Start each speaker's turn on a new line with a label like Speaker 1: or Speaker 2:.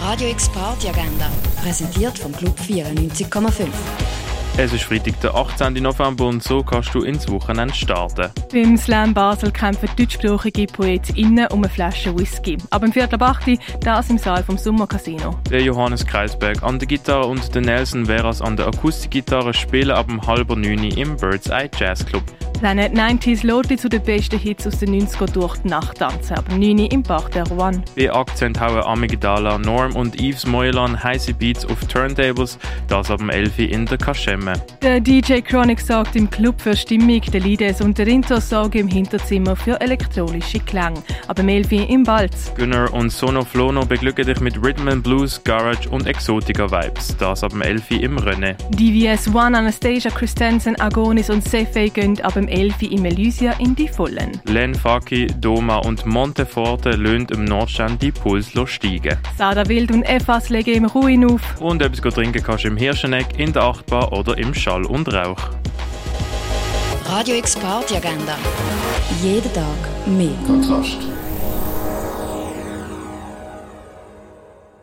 Speaker 1: Radio X Party Agenda, präsentiert vom Club 94,5.
Speaker 2: Es ist Freitag, der 18. November und so kannst du ins Wochenende starten.
Speaker 3: Beim Slam Basel kämpfen deutschsprachige PoetInnen um eine Flasche Whisky. Ab dem Viertel ab 8 das im Saal vom Sommercasino.
Speaker 2: Der Johannes Kreisberg an der Gitarre und der Nelson Veras an der Akustikgitarre spielen ab dem halber 9 im Bird's Eye Jazz Club.
Speaker 3: Planet 90s lädt dich zu den besten Hits aus den 90ern durch die Nacht tanzen, ab dem 9 Uhr im Park der One.
Speaker 2: Bei Akzent hauen Amigdala, Norm und Yves Moylan heiße Beats auf Turntables, das ab dem 11 Uhr in der Kaschemme.
Speaker 3: Der DJ Chronic sorgt im Club für Stimmung, der Lides und der Inter sorgen im Hinterzimmer für elektronische Klang, ab dem 11 Uhr im Balz.
Speaker 2: Gunnar und Sono Flono beglücken dich mit Rhythm and Blues, Garage und Exotica Vibes, das ab dem 11 Uhr im Rennen.
Speaker 3: DVS One, Anastasia Christensen, Agonis und Sefe gehen ab dem 11 Uhr im Elysia in die Vollen.
Speaker 2: Len Faki, Doma und Monteforte löhnt im Nordstand die Puls steigen.
Speaker 3: Sada Wild und Efas legen im Ruin auf.
Speaker 2: Und etwas go trinken kannst du im Hirscheneck, in der Achtbar oder im Schall und Rauch.
Speaker 1: Radio X Party Agenda. Jeden Tag mehr.
Speaker 4: Kontrast.